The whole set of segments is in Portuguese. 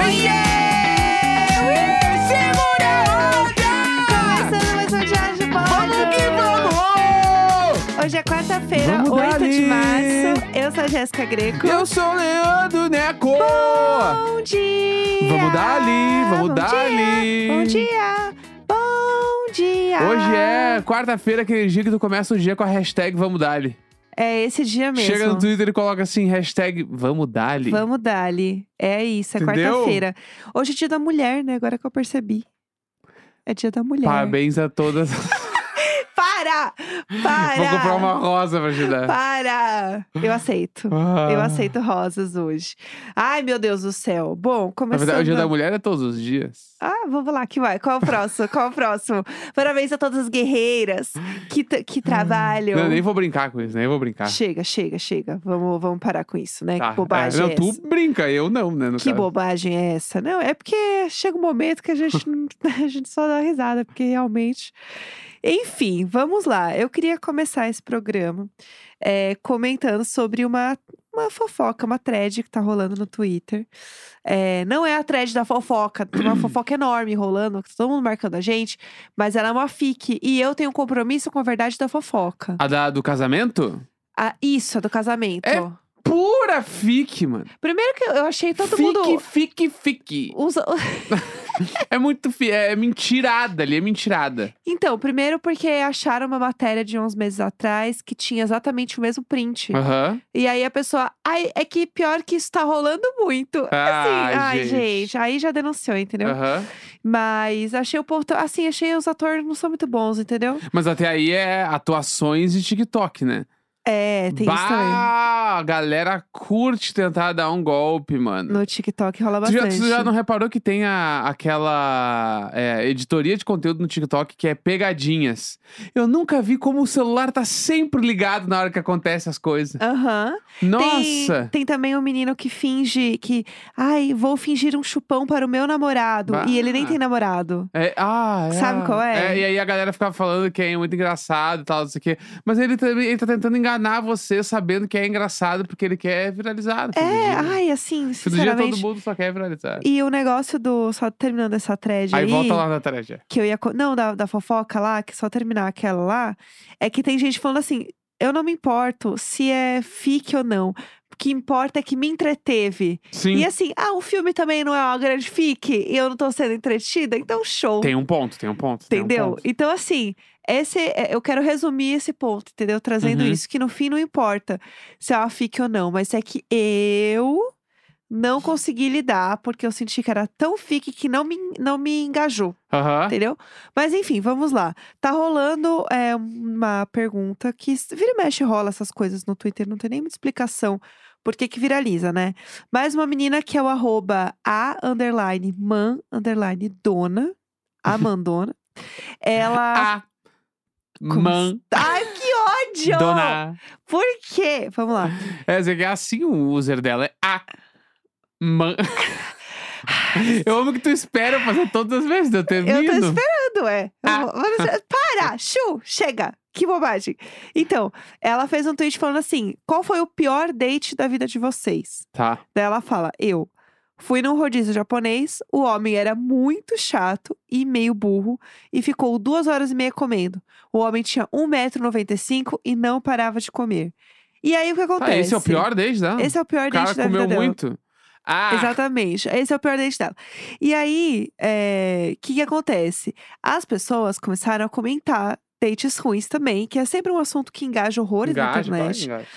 um Hoje é quarta-feira, Vamos 8 de dali! março. Eu sou a Jéssica Greco. Eu sou o Leandro Neco! Bom dia! Vamos dali, vamos Bom dali! Dia, bom dia! Bom dia! Hoje é quarta-feira, aquele dia que tu começa o dia com a hashtag Vamos Dali. É esse dia mesmo. Chega no Twitter e coloca assim, hashtag Vamos Dali. Vamos dali. É isso, é Entendeu? quarta-feira. Hoje é dia da mulher, né? Agora que eu percebi. É dia da mulher. Parabéns a todas. Para! Para! Vou comprar uma rosa pra ajudar. Para! Eu aceito. Ah. Eu aceito rosas hoje. Ai, meu Deus do céu. Bom, Na começando... verdade, o dia da mulher é todos os dias. Ah, vamos lá, que vai. Qual é o próximo? Qual é o próximo? Parabéns a todas as guerreiras que, tra- que trabalham. Hum, Não, é nem vou brincar com isso, nem vou brincar. Chega, chega, chega. Vamos, vamos parar com isso, né? Tá, Que bobagem é, é, não, tu essa? brinca, eu não, né? no Que caso. bobagem é essa? Não, é porque chega um momento que a gente, não- a gente só dá risada, porque realmente. Enfim, vamos lá. Eu queria começar esse programa é, comentando sobre uma, uma fofoca, uma thread que tá rolando no Twitter. É, não é a thread da fofoca, tem uma fofoca enorme rolando, que tá todo mundo marcando a gente, mas ela é uma fic. E eu tenho um compromisso com a verdade da fofoca. A da, do casamento? Ah, isso, é do casamento. É? Pura fique, mano. Primeiro que eu achei tá todo fique, mundo. fique, fique. usa- É muito. Fi é mentirada ali, é mentirada. Então, primeiro porque acharam uma matéria de uns meses atrás que tinha exatamente o mesmo print. Aham. E aí a pessoa, ai, é que pior que isso tá rolando muito. assim, Ah, ai, gente. Ah. gente, né? aí já denunciou, entendeu? Aham. Mas achei o ponto, assim, achei os atores não são muito bons, entendeu? Mas até aí é atuações de TikTok, né? É, tem isso também. bah, a galera curte tentar dar um golpe, mano. No TikTok rola Tu já, bastante. tu já não reparou que tem a- aquela é, editoria de conteúdo no TikTok que é pegadinhas? Eu nunca vi como o celular tá sempre ligado na hora que acontece as coisas. Aham. Tem, Nossa! tem também um menino que finge que, ai, vou fingir um chupão para o meu namorado. Bah. E ele nem tem namorado. É, ah, é. Sabe qual é? E aí a galera ficava falando que é muito engraçado e tal, não sei o quê. Mas ele, também- ele tá tentando enganar você sabendo que é engraçado porque ele quer viralizar. no fim do É, dia. ai, assim, Todo dia sinceramente. todo mundo só quer viralizar. E o negócio do. Só terminando essa thread aí. Aí volta lá na tragédia. Que eu ia. co- Não, da, da fofoca lá, que é só terminar aquela lá. É que tem gente falando assim: eu não me importo se é fique ou não. O que importa é que me entreteve. Sim, E assim, ah, um filme também não é uma grande fique e eu não tô sendo entretida, então show. tem um ponto, tem um ponto. tem um Entendeu? ponto. Então, assim, esse, é- eu quero resumir esse ponto, entendeu? Trazendo Uhum. isso, que no fim não importa se ela fique ou não, mas é que eu Uhum. não consegui lidar, porque eu senti que era tão fique que não me, não me engajou, Aham. entendeu? Mas enfim, vamos lá. Tá rolando é, uma pergunta que s- vira e mexe rola essas coisas no Twitter, não tem nenhuma explicação. Por que que viraliza, né? Mas uma menina que é o arroba a underline man underline dona, a mandona, ela... A. Como Man. Ai, que ódio! Dona. Por quê? Vamos lá. É, assim, é assim o user dela. É a. Man. Eu amo que tu espera eu fazer todas as vezes. Eu termino. Eu tô esperando, é. Eu Tá Ah. vou- vou- Para! Chu! Chega! Que bobagem. Então, ela fez um tweet falando assim: qual foi o pior date da vida de vocês? Tá. Daí ela fala: eu. Fui num rodízio japonês, o homem era muito chato e meio burro e ficou duas horas e meia comendo. O homem tinha 1,95m e não parava de comer. E aí o que acontece? Ah, esse é o pior desde, né? Esse é o pior O cara date da comeu vida dela. muito? Ah, Exatamente. Esse é o pior date dela. E aí, é, o que, que acontece? As pessoas começaram a comentar dates ruins também, que é sempre um assunto que engaja horrores na engaja, vai, internet. engaja.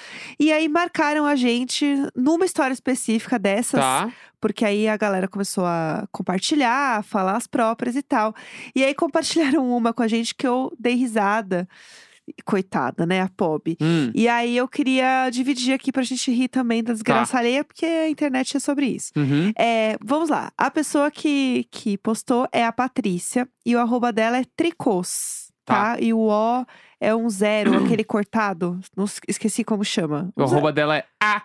E aí marcaram a gente numa história específica dessas, Tá. porque aí a galera começou a compartilhar, a falar as próprias e tal. E aí compartilharam uma com a gente que eu dei risada. Coitada, né? A Pob. Hum. E aí eu queria dividir aqui pra gente rir também Tá. da desgraça alheia, porque a internet é sobre isso. Uhum. É, vamos lá. A pessoa que, que postou é a Patrícia e o arroba dela é Tricôs, tá? E o O é um zero, aquele cortado. Não s- esqueci como chama. O Um ze- arroba dela é a.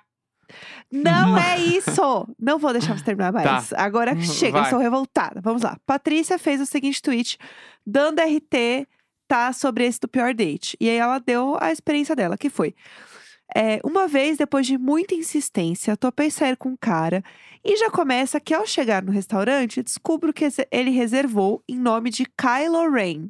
Não é isso! Não vou deixar você terminar mais. Agora chega, Tá. Uhum, eu Vai. sou revoltada. Vamos lá. Patrícia fez o seguinte tweet, dando RT, tá? Sobre esse do pior date. E aí ela deu a experiência dela, que foi. É, uma vez, depois de muita insistência, topei sair com um cara e já começa que ao chegar no restaurante, descubro que esse- ele reservou em nome de Kylo Ren.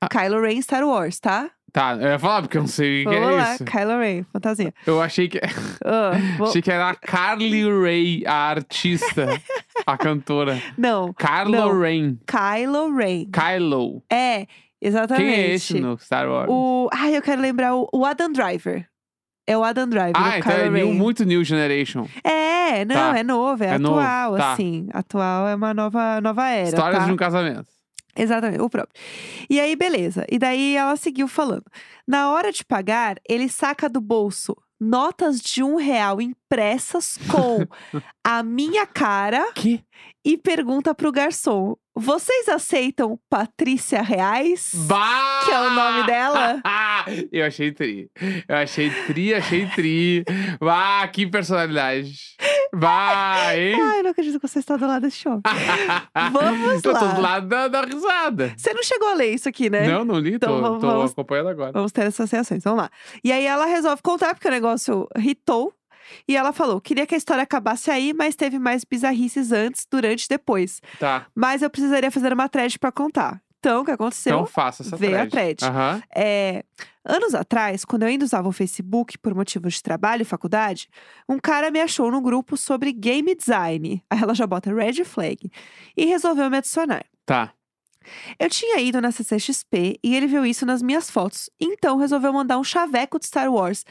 Ah. Kylo Ren Star Wars, tá? Tá, eu ia falar porque eu não sei o que Vamos é lá, isso. Kylo Ren, fantasia. Eu achei que, Ah, vou- achei que era a Carly Ray, a artista, a cantora. Não, Carlo Não. Rain. Kylo Ren. Kylo. É, exatamente. Quem é esse no Star Wars? O... Ai, eu quero lembrar o, o Adam Driver. É o Adam Driver, ah, o então é Kylo new, Ren. muito New Generation. É, não, Tá. é novo, é, É novo, atual, tá. assim. Atual é uma nova, nova era. Histórias tá? de um casamento. Exatamente, o próprio. E aí, beleza. E daí ela seguiu falando. Na hora de pagar, ele saca do bolso notas de um real impressas com a minha cara Que? e pergunta pro garçom: Vocês aceitam Patrícia Reais? Bah! Que é o nome dela? Eu achei tri. Eu achei tri, achei tri. Bah, que personalidade. Bah, hein? Ai, Ah, não acredito que você está do lado desse homem. Vamos Eu tô lá. do lado da, da risada. Você não chegou a ler isso aqui, né? Não, não li, Então tô, vamos- tô vamos- acompanhando agora. Vamos ter essas reações, vamos lá. E aí ela resolve contar, porque o negócio hitou. E ela falou: queria que a história acabasse aí, mas teve mais bizarrices antes, durante e depois. Tá, Mas eu precisaria fazer uma thread pra contar. Então, o que aconteceu? então faça essa vê a thread. thread. Aham. É, anos atrás, quando eu ainda usava o Facebook por motivos de trabalho e faculdade, um cara me achou num grupo sobre game design. Aí ela já bota red flag. E resolveu me adicionar. Tá. Eu tinha ido na CCXP e ele viu isso nas minhas fotos, então resolveu mandar um chaveco de Star Wars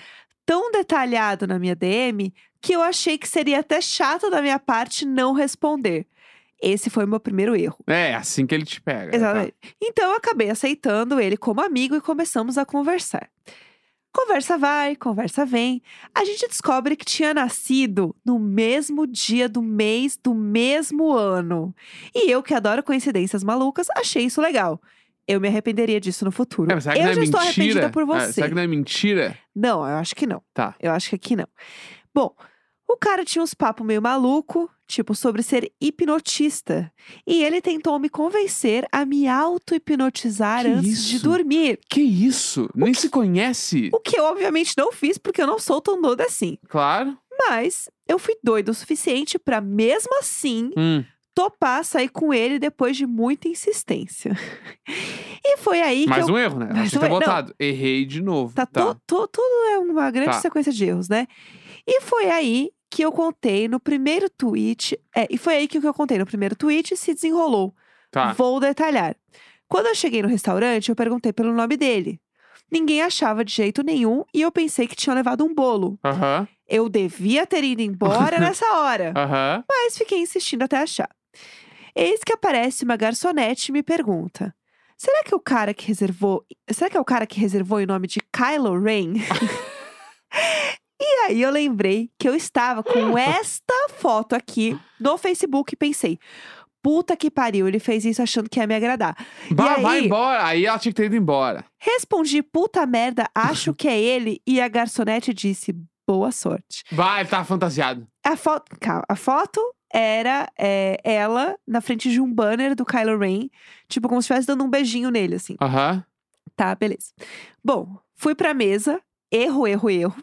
tão detalhado na minha DM que eu achei que seria até chato da minha parte não responder. Esse foi o meu primeiro erro. É, assim que ele te pega. tá? Exatamente. Então eu acabei aceitando ele como amigo e começamos a conversar. Conversa vai, conversa vem. A gente descobre que tinha nascido no mesmo dia do mês do mesmo ano. E eu, que adoro coincidências malucas, achei isso legal. Eu me arrependeria disso no futuro. É, mas será que eu não já é estou mentira? arrependida por Ah, você. será que não é mentira? Não, eu acho que não. Tá. Eu acho que aqui não. Bom, o cara tinha uns papos meio maluco, tipo sobre ser hipnotista. E ele tentou me convencer a me auto-hipnotizar Que antes de isso? dormir. Que isso? Nem se conhece? O que eu, obviamente, não fiz, porque eu não sou tão doida assim. Claro. Mas eu fui doida o suficiente pra, mesmo assim, Hum. topar sair com ele depois de muita insistência. e foi aí que eu Mais um erro, né? Mais Achei que um tá erro. Não. botado. Errei de novo. Tá, to- to- tudo é uma grande Tá. sequência de erros, né? E foi aí que eu contei no primeiro tweet. É, e foi aí que o que eu contei no primeiro tweet se desenrolou. Tá. Vou detalhar. Quando eu cheguei no restaurante, eu perguntei pelo nome dele. Ninguém achava de jeito nenhum e eu pensei que tinham levado um bolo. Aham. Eu devia ter ido embora nessa hora, Aham. mas fiquei insistindo até achar. Eis que aparece uma garçonete e me pergunta: Será que o cara que reservou. Será que é o cara que reservou em nome de Kylo Ren? E aí eu lembrei que eu estava com esta foto aqui no Facebook e pensei, puta que pariu, ele fez isso achando que ia me agradar. Bah, vai aí? embora. Aí ela tinha que ter ido embora. Respondi, puta merda, acho que é ele. E a garçonete disse, boa sorte. Vai, ele tava fantasiado. A foto, calma, a foto era é, ela na frente de um banner do Kylo Ren, tipo como se estivesse dando um beijinho nele, assim. Aham. Tá, beleza. Bom, fui pra mesa, erro, erro, erro.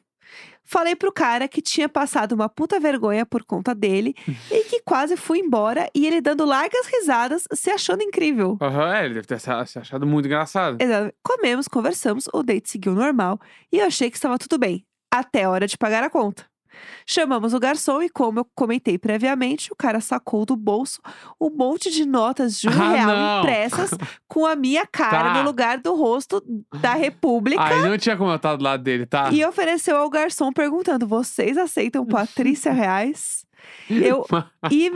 Falei pro cara que tinha passado uma puta vergonha por conta dele e que quase fui embora e ele dando largas risadas, se achando incrível. Aham, é, ele deve ter se se achado muito engraçado. Exato. Comemos, conversamos, o date seguiu normal e eu achei que estava tudo bem, até a hora de pagar a conta. Chamamos o garçom e, como eu comentei previamente, o cara sacou do bolso um monte de notas de um Ah, real não. impressas com a minha cara Tá. no lugar do rosto da República. Aí não tinha comentado do lado dele, tá? E ofereceu ao garçom perguntando: vocês aceitam Patrícia Reais? Eu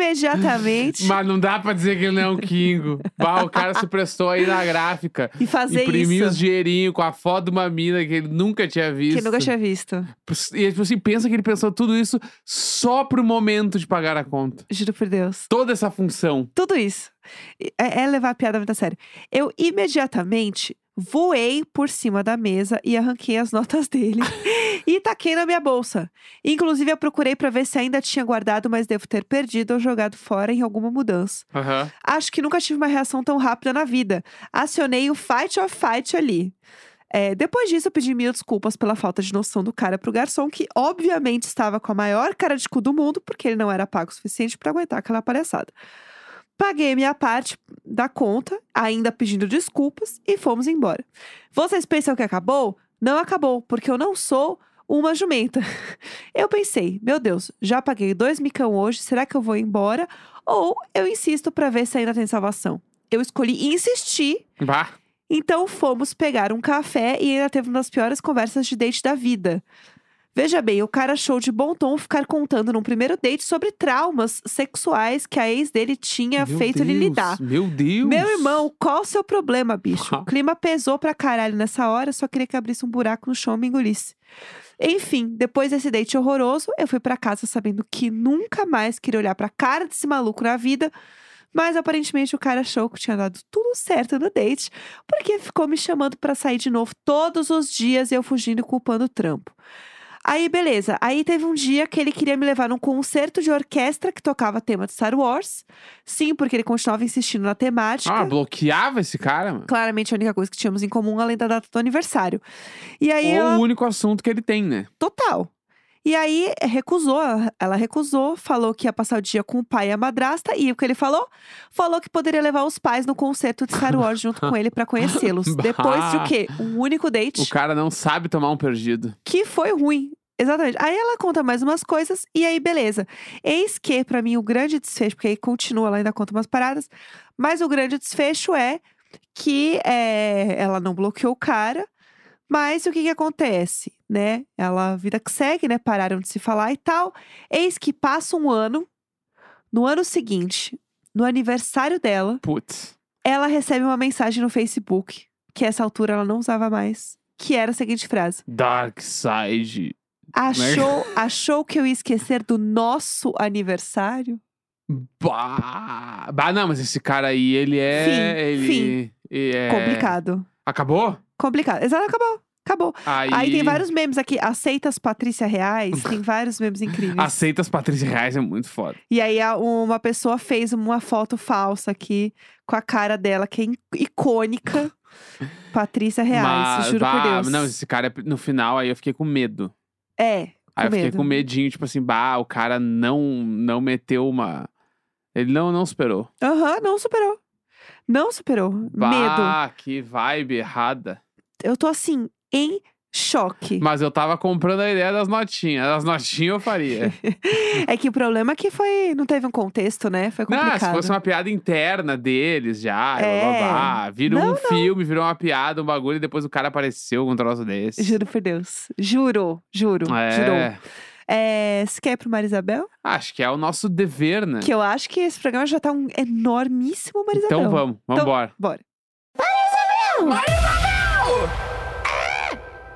imediatamente Mas não dá pra dizer que ele não é um Kingo. bah, o cara se prestou aí na gráfica. e fazer Imprimiu os isso dinheirinhos com a foto de uma mina que ele nunca tinha visto. que nunca tinha visto. E tipo assim, pensa que ele pensou tudo isso só pro momento de pagar a conta. Juro por Deus. Toda essa função. Tudo isso. E- É, é levar a piada muito a sério. Eu imediatamente voei por cima da mesa e arranquei as notas dele e taquei na minha bolsa. Inclusive, eu procurei pra ver se ainda tinha guardado, mas devo ter perdido ou jogado fora em alguma mudança. Aham. Acho que nunca tive uma reação tão rápida na vida. Acionei o fight or fight ali. É, depois disso, eu pedi mil desculpas pela falta de noção do cara pro garçom, que obviamente estava com a maior cara de cu do mundo, porque ele não era pago o suficiente para aguentar aquela palhaçada. Paguei minha parte da conta, ainda pedindo desculpas, e fomos embora. Vocês pensam que acabou? Não acabou, porque eu não sou uma jumenta. Eu pensei, meu Deus, já paguei dois micão hoje, será que eu vou embora? Ou eu insisto pra ver se ainda tem salvação? Eu escolhi insistir, Bah. então fomos pegar um café e ainda teve uma das piores conversas de date da vida. Veja bem, o cara achou de bom tom ficar contando num primeiro date sobre traumas sexuais que a ex dele tinha Meu feito ele Deus, lidar. Meu Deus. Meu irmão, qual o seu problema, bicho? Uau. O clima pesou pra caralho nessa hora, só queria que abrisse um buraco no chão e me engolisse. Enfim, depois desse date horroroso, eu fui pra casa sabendo que nunca mais queria olhar pra cara desse maluco na vida. Mas aparentemente o cara achou que tinha dado tudo certo no date, porque ficou me chamando pra sair de novo todos os dias e eu fugindo e culpando o trampo. Aí, beleza. Aí teve um dia que ele queria me levar num concerto de orquestra que tocava tema de Star Wars. Sim, porque ele continuava insistindo na temática. Ah, bloqueava esse cara, mano. Claramente a única coisa que tínhamos em comum além da data do aniversário. E aí Ou ela, o único assunto que ele tem, né? total. E aí eh, recusou, ela- ela recusou, falou que ia passar o dia com o pai e a madrasta e o que ele falou? Falou que poderia levar os pais no concerto de Star Wars junto com ele pra conhecê-los. Bah. Depois de o quê? Um único date O cara não sabe tomar um perdido. que foi ruim. Exatamente. Aí ela conta mais umas coisas e aí beleza. Eis que pra mim o grande desfecho, porque aí continua, ela ainda conta umas paradas, mas o grande desfecho é que é, ela não bloqueou o cara, mas o que que acontece, né? Ela vida que segue, né? Pararam de se falar e tal. Eis que passa um ano, no ano seguinte, no aniversário dela, Putz. ela recebe uma mensagem no Facebook que essa altura ela não usava mais, que era a seguinte frase. Dark Side. Achou, achou que eu ia esquecer do nosso aniversário? Bah. bah, não, mas esse cara aí, ele é. Fim, ele fim. ele é. Complicado. Acabou? Complicado. Exato, acabou. Acabou. Aí, Aí tem vários memes aqui. Aceita as Patrícia Reais. tem vários memes incríveis. Aceita as Patrícia Reais é muito foda. E aí a- uma pessoa fez uma foto falsa aqui com a cara dela, que é in- icônica. Patrícia Reais, mas, juro por bah, Deus. Não, esse cara, no final, aí eu fiquei com medo. É, Aí eu com fiquei medo. com medinho, tipo assim, bah, o cara não, não meteu uma. Ele não, não superou. aham, não superou. Não superou. Medo. Bah, que vibe errada. Eu tô assim, em choque. Mas eu tava comprando a ideia das notinhas. As notinhas eu faria. É que o problema é que foi. Não teve um contexto, né? Foi não, complicado. Ah, se fosse uma piada interna deles já, É. blá, blá, blá. Vira Não, um filme, virou uma piada, um bagulho, e depois o cara apareceu com um troço desse. Juro por Deus. Juro, juro, jurou. é, É, se quer pro Marisabel? acho que é o nosso dever, né? Que eu acho que esse programa já tá um enormíssimo Marisabel. Então vamos, vamos embora. Bora.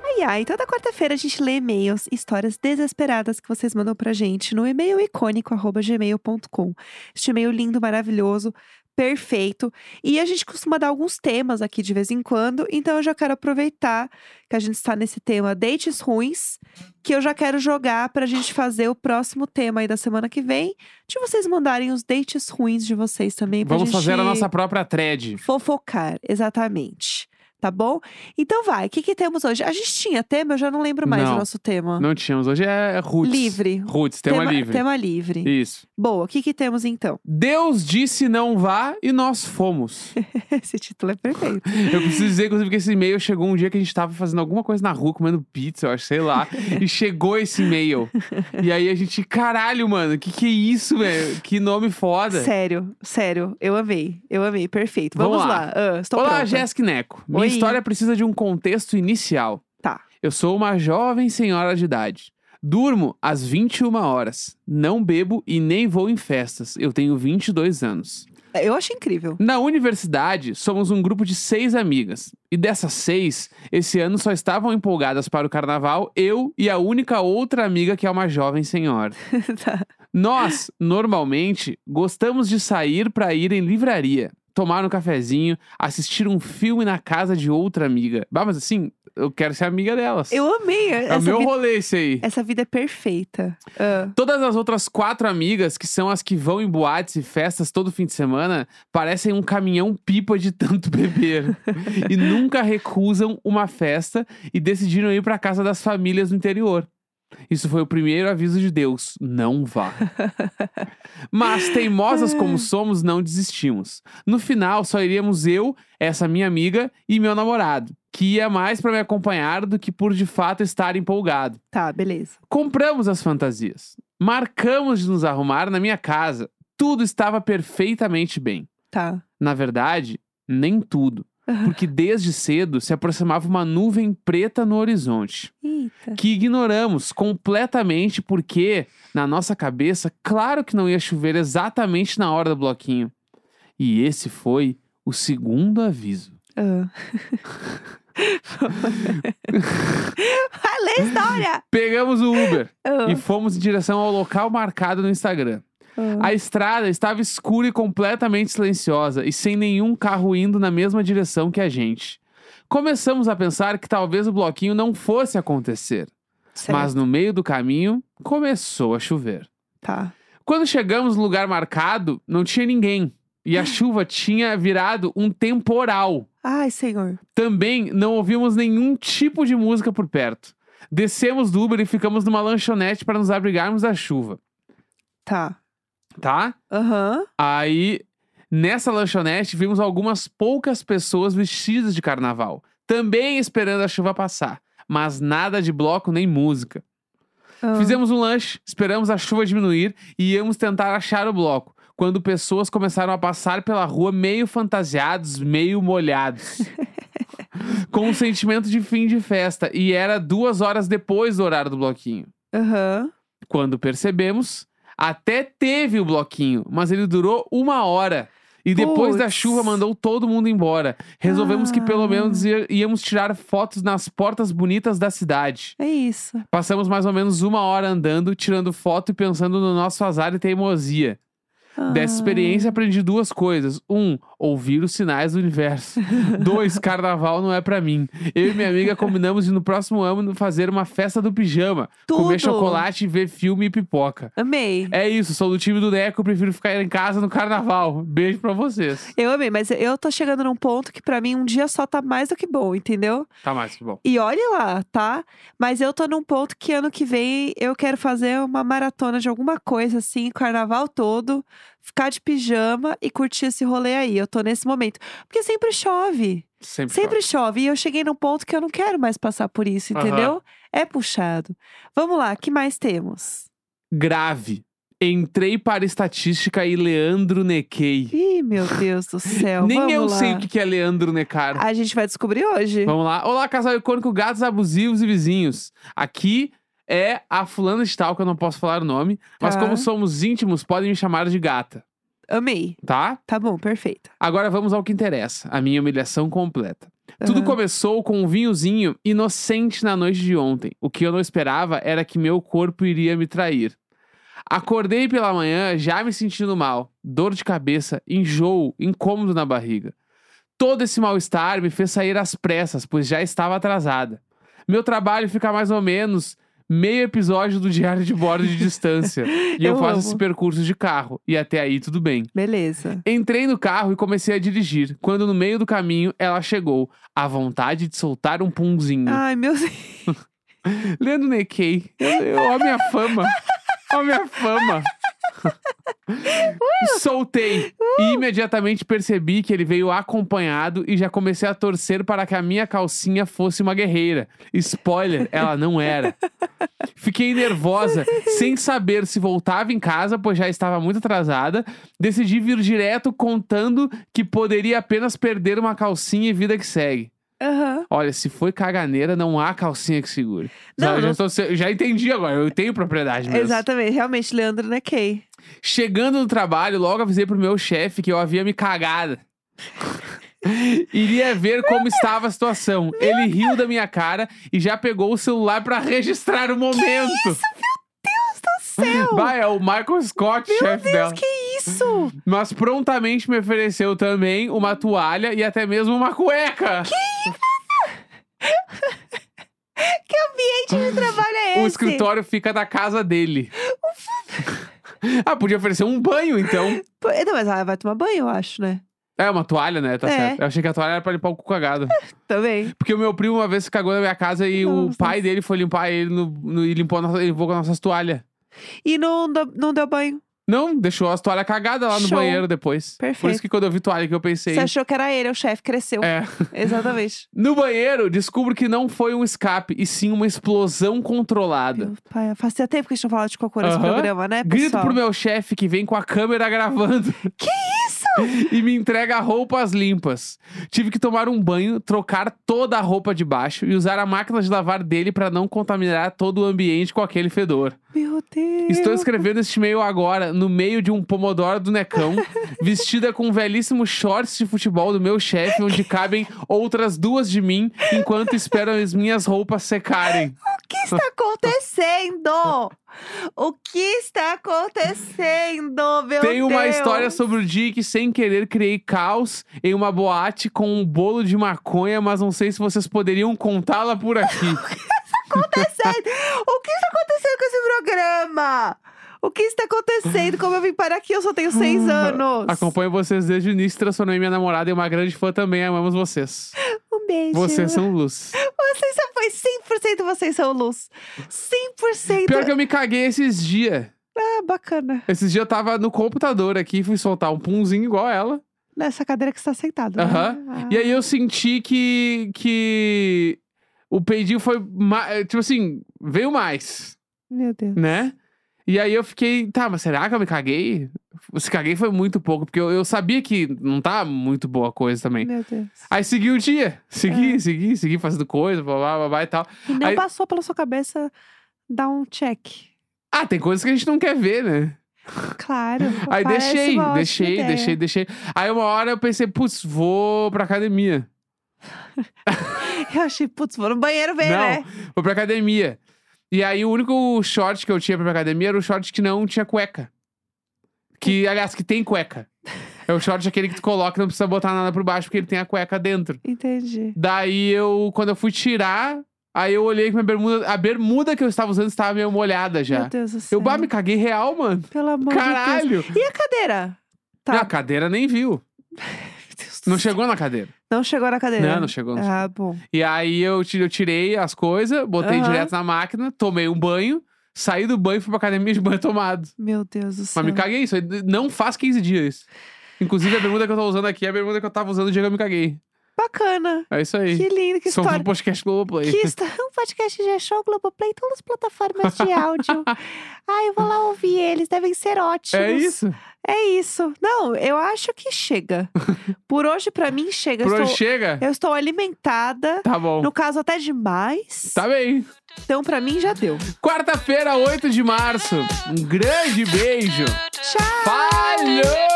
Ai, ai, toda quarta-feira a gente lê e-mails, histórias desesperadas que vocês mandam pra gente no e-mail icônico.gmail.com. Este e-mail lindo, maravilhoso, perfeito. E a gente costuma dar alguns temas aqui de vez em quando, então eu já quero aproveitar que a gente está nesse tema dates ruins, que eu já quero jogar pra gente fazer o próximo tema aí da semana que vem, de vocês mandarem os dates ruins de vocês também. pra Vamos gente fazer a nossa própria thread. Fofocar, exatamente. Tá bom? Então vai, o que, que temos hoje? A gente tinha tema, eu já não lembro mais Não. o nosso tema. Não tínhamos, hoje é Roots. Livre. Roots, tema, livre. Tema livre. Isso. Boa, o que, que temos então? Deus disse não vá e nós fomos. Esse título é perfeito. Eu preciso dizer, inclusive, que esse e-mail chegou um dia que a gente tava fazendo alguma coisa na rua, comendo pizza, eu acho, sei lá. e chegou esse e-mail. E aí a gente, caralho, mano, que que é isso, velho? Que nome foda. sério, sério, eu amei, eu amei, perfeito. Vamos Vamos, lá. lá, Ah, estou Olá, pronta. Jéssica e Neco. Minha Oi. história precisa de um contexto inicial. Tá. Eu sou uma jovem senhora de idade. Durmo às 21 horas. Não bebo e nem vou em festas. Eu tenho 22 anos. É, Eu acho incrível. Na universidade, somos um grupo de seis amigas. E dessas seis, esse ano só estavam empolgadas para o carnaval eu e a única outra amiga que é uma jovem senhora. Tá. Nós, normalmente, gostamos de sair para ir em livraria, tomar um cafezinho, assistir um filme na casa de outra amiga. Bah, mas assim, eu quero ser amiga delas. Eu amei. é Essa, o meu vida, rolê esse aí. essa vida é perfeita. Ah, Todas as outras quatro amigas, que são as que vão em boates e festas todo fim de semana, parecem um caminhão pipa de tanto beber. e nunca recusam uma festa e decidiram ir para casa das famílias no interior. Isso foi o primeiro aviso de Deus: não vá. Mas, teimosas como somos, não desistimos. No final, só iríamos eu, essa minha amiga e meu namorado, que ia mais para me acompanhar do que por de fato estar empolgado. Tá, beleza. Compramos as fantasias, marcamos de nos arrumar na minha casa. Tudo estava perfeitamente bem. Tá. Na verdade, nem tudo. Porque desde cedo se aproximava uma nuvem preta no horizonte Eita. que ignoramos completamente porque, na nossa cabeça, claro que não ia chover exatamente na hora do bloquinho. E esse foi o segundo aviso. Ah. Vai ler a história! Pegamos o Uber Ah, e fomos em direção ao local marcado no Instagram. ah. A estrada estava escura e completamente silenciosa e sem nenhum carro indo na mesma direção que a gente. Começamos a pensar que talvez o bloquinho não fosse acontecer, Certo. mas no meio do caminho começou a chover. Tá. Quando chegamos no lugar marcado, não tinha ninguém. E a chuva tinha virado um temporal. Ai, senhor. Também não ouvimos nenhum tipo de música por perto. Descemos do Uber e ficamos numa lanchonete para nos abrigarmos da chuva, Tá. tá? Aham. Aí, nessa lanchonete, vimos algumas poucas pessoas vestidas de carnaval, também esperando a chuva passar, mas nada de bloco nem música. Ah. Fizemos um lanche, esperamos a chuva diminuir e íamos tentar achar o bloco. Quando pessoas começaram a passar pela rua meio fantasiados, meio molhados. com um sentimento de fim de festa. E era duas horas depois do horário do bloquinho. Aham. Quando percebemos, até teve o bloquinho, mas ele durou uma hora. E depois da Puts. chuva mandou todo mundo embora. Resolvemos que pelo Ah. menos ia- íamos tirar fotos nas portas bonitas da cidade. É isso. Passamos mais ou menos uma hora andando, tirando foto e pensando no nosso azar e teimosia. Ah. Dessa experiência aprendi duas coisas. Um, ouvir os sinais do universo. Dois, carnaval não é pra mim. Eu e minha amiga combinamos de no próximo ano fazer uma festa do pijama. Comer Tudo. chocolate, ver filme e pipoca. Amei. É isso, sou do time do Neco, prefiro ficar em casa no carnaval. Beijo pra vocês. Eu amei, mas eu tô chegando num ponto que pra mim um dia só tá mais do que bom, entendeu? Tá mais que bom. E olha lá, tá? Mas eu tô num ponto que ano que vem eu quero fazer uma maratona de alguma coisa, assim, carnaval todo, ficar de pijama e curtir esse rolê aí. Eu tô nesse momento. Porque sempre chove. Sempre. Sempre chove. E eu cheguei num ponto que eu não quero mais passar por isso, Aham. entendeu? É puxado. Vamos lá, que mais temos? Grave. Entrei para estatística e Leandro Nequei. Ih, meu Deus do céu. Nem Então, vamos eu lá. sei o que que é Leandro Necaro. A gente vai descobrir hoje. Vamos lá. Olá, casal icônico, gatos abusivos e vizinhos. Aqui é a fulana de tal, que eu não posso falar o nome. Mas Tá. como somos íntimos, podem me chamar de gata, Amei. tá? Tá bom, perfeito. Agora vamos ao que interessa, a minha humilhação completa. Tudo Aham. começou com um vinhozinho inocente na noite de ontem. O que eu não esperava era que meu corpo iria me trair. Acordei pela manhã já me sentindo mal, dor de cabeça, enjoo, incômodo na barriga. Todo esse mal-estar me fez sair às pressas, pois já estava atrasada. Meu trabalho fica mais ou menos meio episódio do diário de bordo de distância. E eu, Eu faço amo. esse percurso de carro, e até aí tudo bem. Beleza. Entrei no carro e comecei a dirigir, quando no meio do caminho ela chegou, à vontade de soltar um punzinho. Ai, meu Deus. Leandro Nekei, eu, eu, ó a minha fama, ó a minha fama. Soltei e imediatamente percebi que ele veio acompanhado e já comecei a torcer para que a minha calcinha fosse uma guerreira. Spoiler, ela não era. Fiquei nervosa, sem saber se voltava em casa, pois já estava muito atrasada. Decidi vir direto contando que poderia apenas perder uma calcinha e vida que segue. Aham. Olha, se foi caganeira, não há calcinha que segure. Não, Sabe, eu já, não- tô se- eu já entendi agora, eu tenho propriedade mesmo. Exatamente, realmente, Leandro né, Nekei. Chegando no trabalho, logo avisei pro meu chefe que eu havia me cagado. Iria ver como estava a situação. Ele riu da minha cara e já pegou o celular pra registrar o momento. Do céu! Vai, é o Michael Scott, Meu chefe Deus, dela. que isso? Mas prontamente me ofereceu também uma toalha e até mesmo uma cueca. Que ambiente de trabalho é esse? O escritório fica na casa dele. ah, podia oferecer um banho então. Pô, Não, mas ela vai tomar banho, eu acho, né? É uma toalha, né? Tá É. certo. Eu achei que a toalha era pra limpar o cu cagado. Também. Porque o meu primo uma vez cagou na minha casa e o Nossa. pai dele foi limpar ele no, no- e limpou, a nossa, limpou com as nossas toalhas. E não, deu- não deu banho. Não, deixou as toalhas cagadas lá no Show. banheiro depois. Por Perfeito. isso que quando eu vi toalha que eu pensei. Você achou que era ele, o chefe cresceu. É. Exatamente. No banheiro, descubro que não foi um escape, e sim uma explosão controlada. Meu pai, fazia tempo que a gente não falava de cocô nesse Né? Aham. programa, né, Grito pessoal? pro meu chefe que vem com a câmera gravando. Que isso? e me entrega roupas limpas. Tive que tomar um banho, trocar toda a roupa de baixo e usar a máquina de lavar dele para não contaminar todo o ambiente com aquele fedor. Meu Deus. Estou escrevendo este e-mail agora, no meio de um pomodoro do Necão, vestida com um velhíssimo shorts de futebol do meu chefe, onde cabem outras duas de mim, enquanto espero as minhas roupas secarem. O que está acontecendo? O que está acontecendo, meu Tem uma Deus? história sobre o dia que, sem querer, criei caos em uma boate com um bolo de maconha, mas não sei se vocês poderiam contá-la por aqui. tá acontecendo? O que está acontecendo com esse programa? O que está acontecendo? Como eu vim parar aqui? Eu só tenho Hum, seis anos. Acompanho vocês desde o início, transformei minha namorada em uma grande fã também. Amamos vocês. Um beijo. Vocês são luz. Vocês são... Foi 100% vocês são luz. 100%. Pior que eu me caguei esses dias. Ah, bacana. Esses dias eu tava no computador aqui, fui soltar um punzinho igual ela. Nessa cadeira que você está sentado. Aham. Né? Ah. E aí eu senti que. que o peidinho foi. ma- eh, Tipo assim, veio mais, Meu Deus. né? E aí eu fiquei, tá, mas será que eu me caguei? Se caguei foi muito pouco, porque eu, eu sabia que não tá muito boa a coisa também. Meu Deus. Aí segui o dia, segui, segui, segui fazendo coisa, blá, blá, blá, blá e tal. E não aí- passou pela sua cabeça dar um check. Ah, tem coisas que a gente não quer ver, né? Claro. Aí parece né? deixei, uma ótima deixei, ideia. deixei, deixei. Aí uma hora eu pensei, putz, vou pra academia. Eu achei, putz, vou no banheiro ver, não, né? vou pra academia. E aí o único short que eu tinha pra ir pra academia era o short que não tinha cueca. Que, aliás, que tem cueca. É o short aquele que tu coloca e não precisa botar nada por baixo, porque ele tem a cueca dentro. Entendi. Daí eu, quando eu fui tirar, aí eu olhei que minha bermuda, a bermuda que eu estava usando estava meio molhada Meu já. Deus do céu. Eu, bah, me caguei real, mano. Pelo amor de Caralho! Deus. E a cadeira? Tá. Não, a cadeira nem viu. Meu Deus do Não céu. chegou na cadeira. Não chegou na cadeira. Não, não chegou. não Ah, bom. E aí eu ti- eu tirei as coisas, botei Aham. direto na máquina, tomei um banho, saí do banho e fui pra academia de banho tomado. Meu Deus do céu. Mas me caguei isso. aí Não faz 15 dias. Inclusive, a bermuda que eu tô usando aqui é a bermuda que eu tava usando no dia que eu me caguei. Bacana. É isso aí. Que lindo, que Somos um história. podcast Globoplay. Que está um podcast de show Globoplay, todas as plataformas de áudio. Ai, eu vou lá ouvir eles, devem ser ótimos. É isso. É isso. Não, eu acho que chega. Por hoje, pra mim, chega. Por Eu hoje estou, chega? eu estou alimentada. Tá bom. No caso, até demais. Tá bem. Então, pra mim, já deu. Quarta-feira, 8 de março. Um grande beijo. Tchau! Falhou!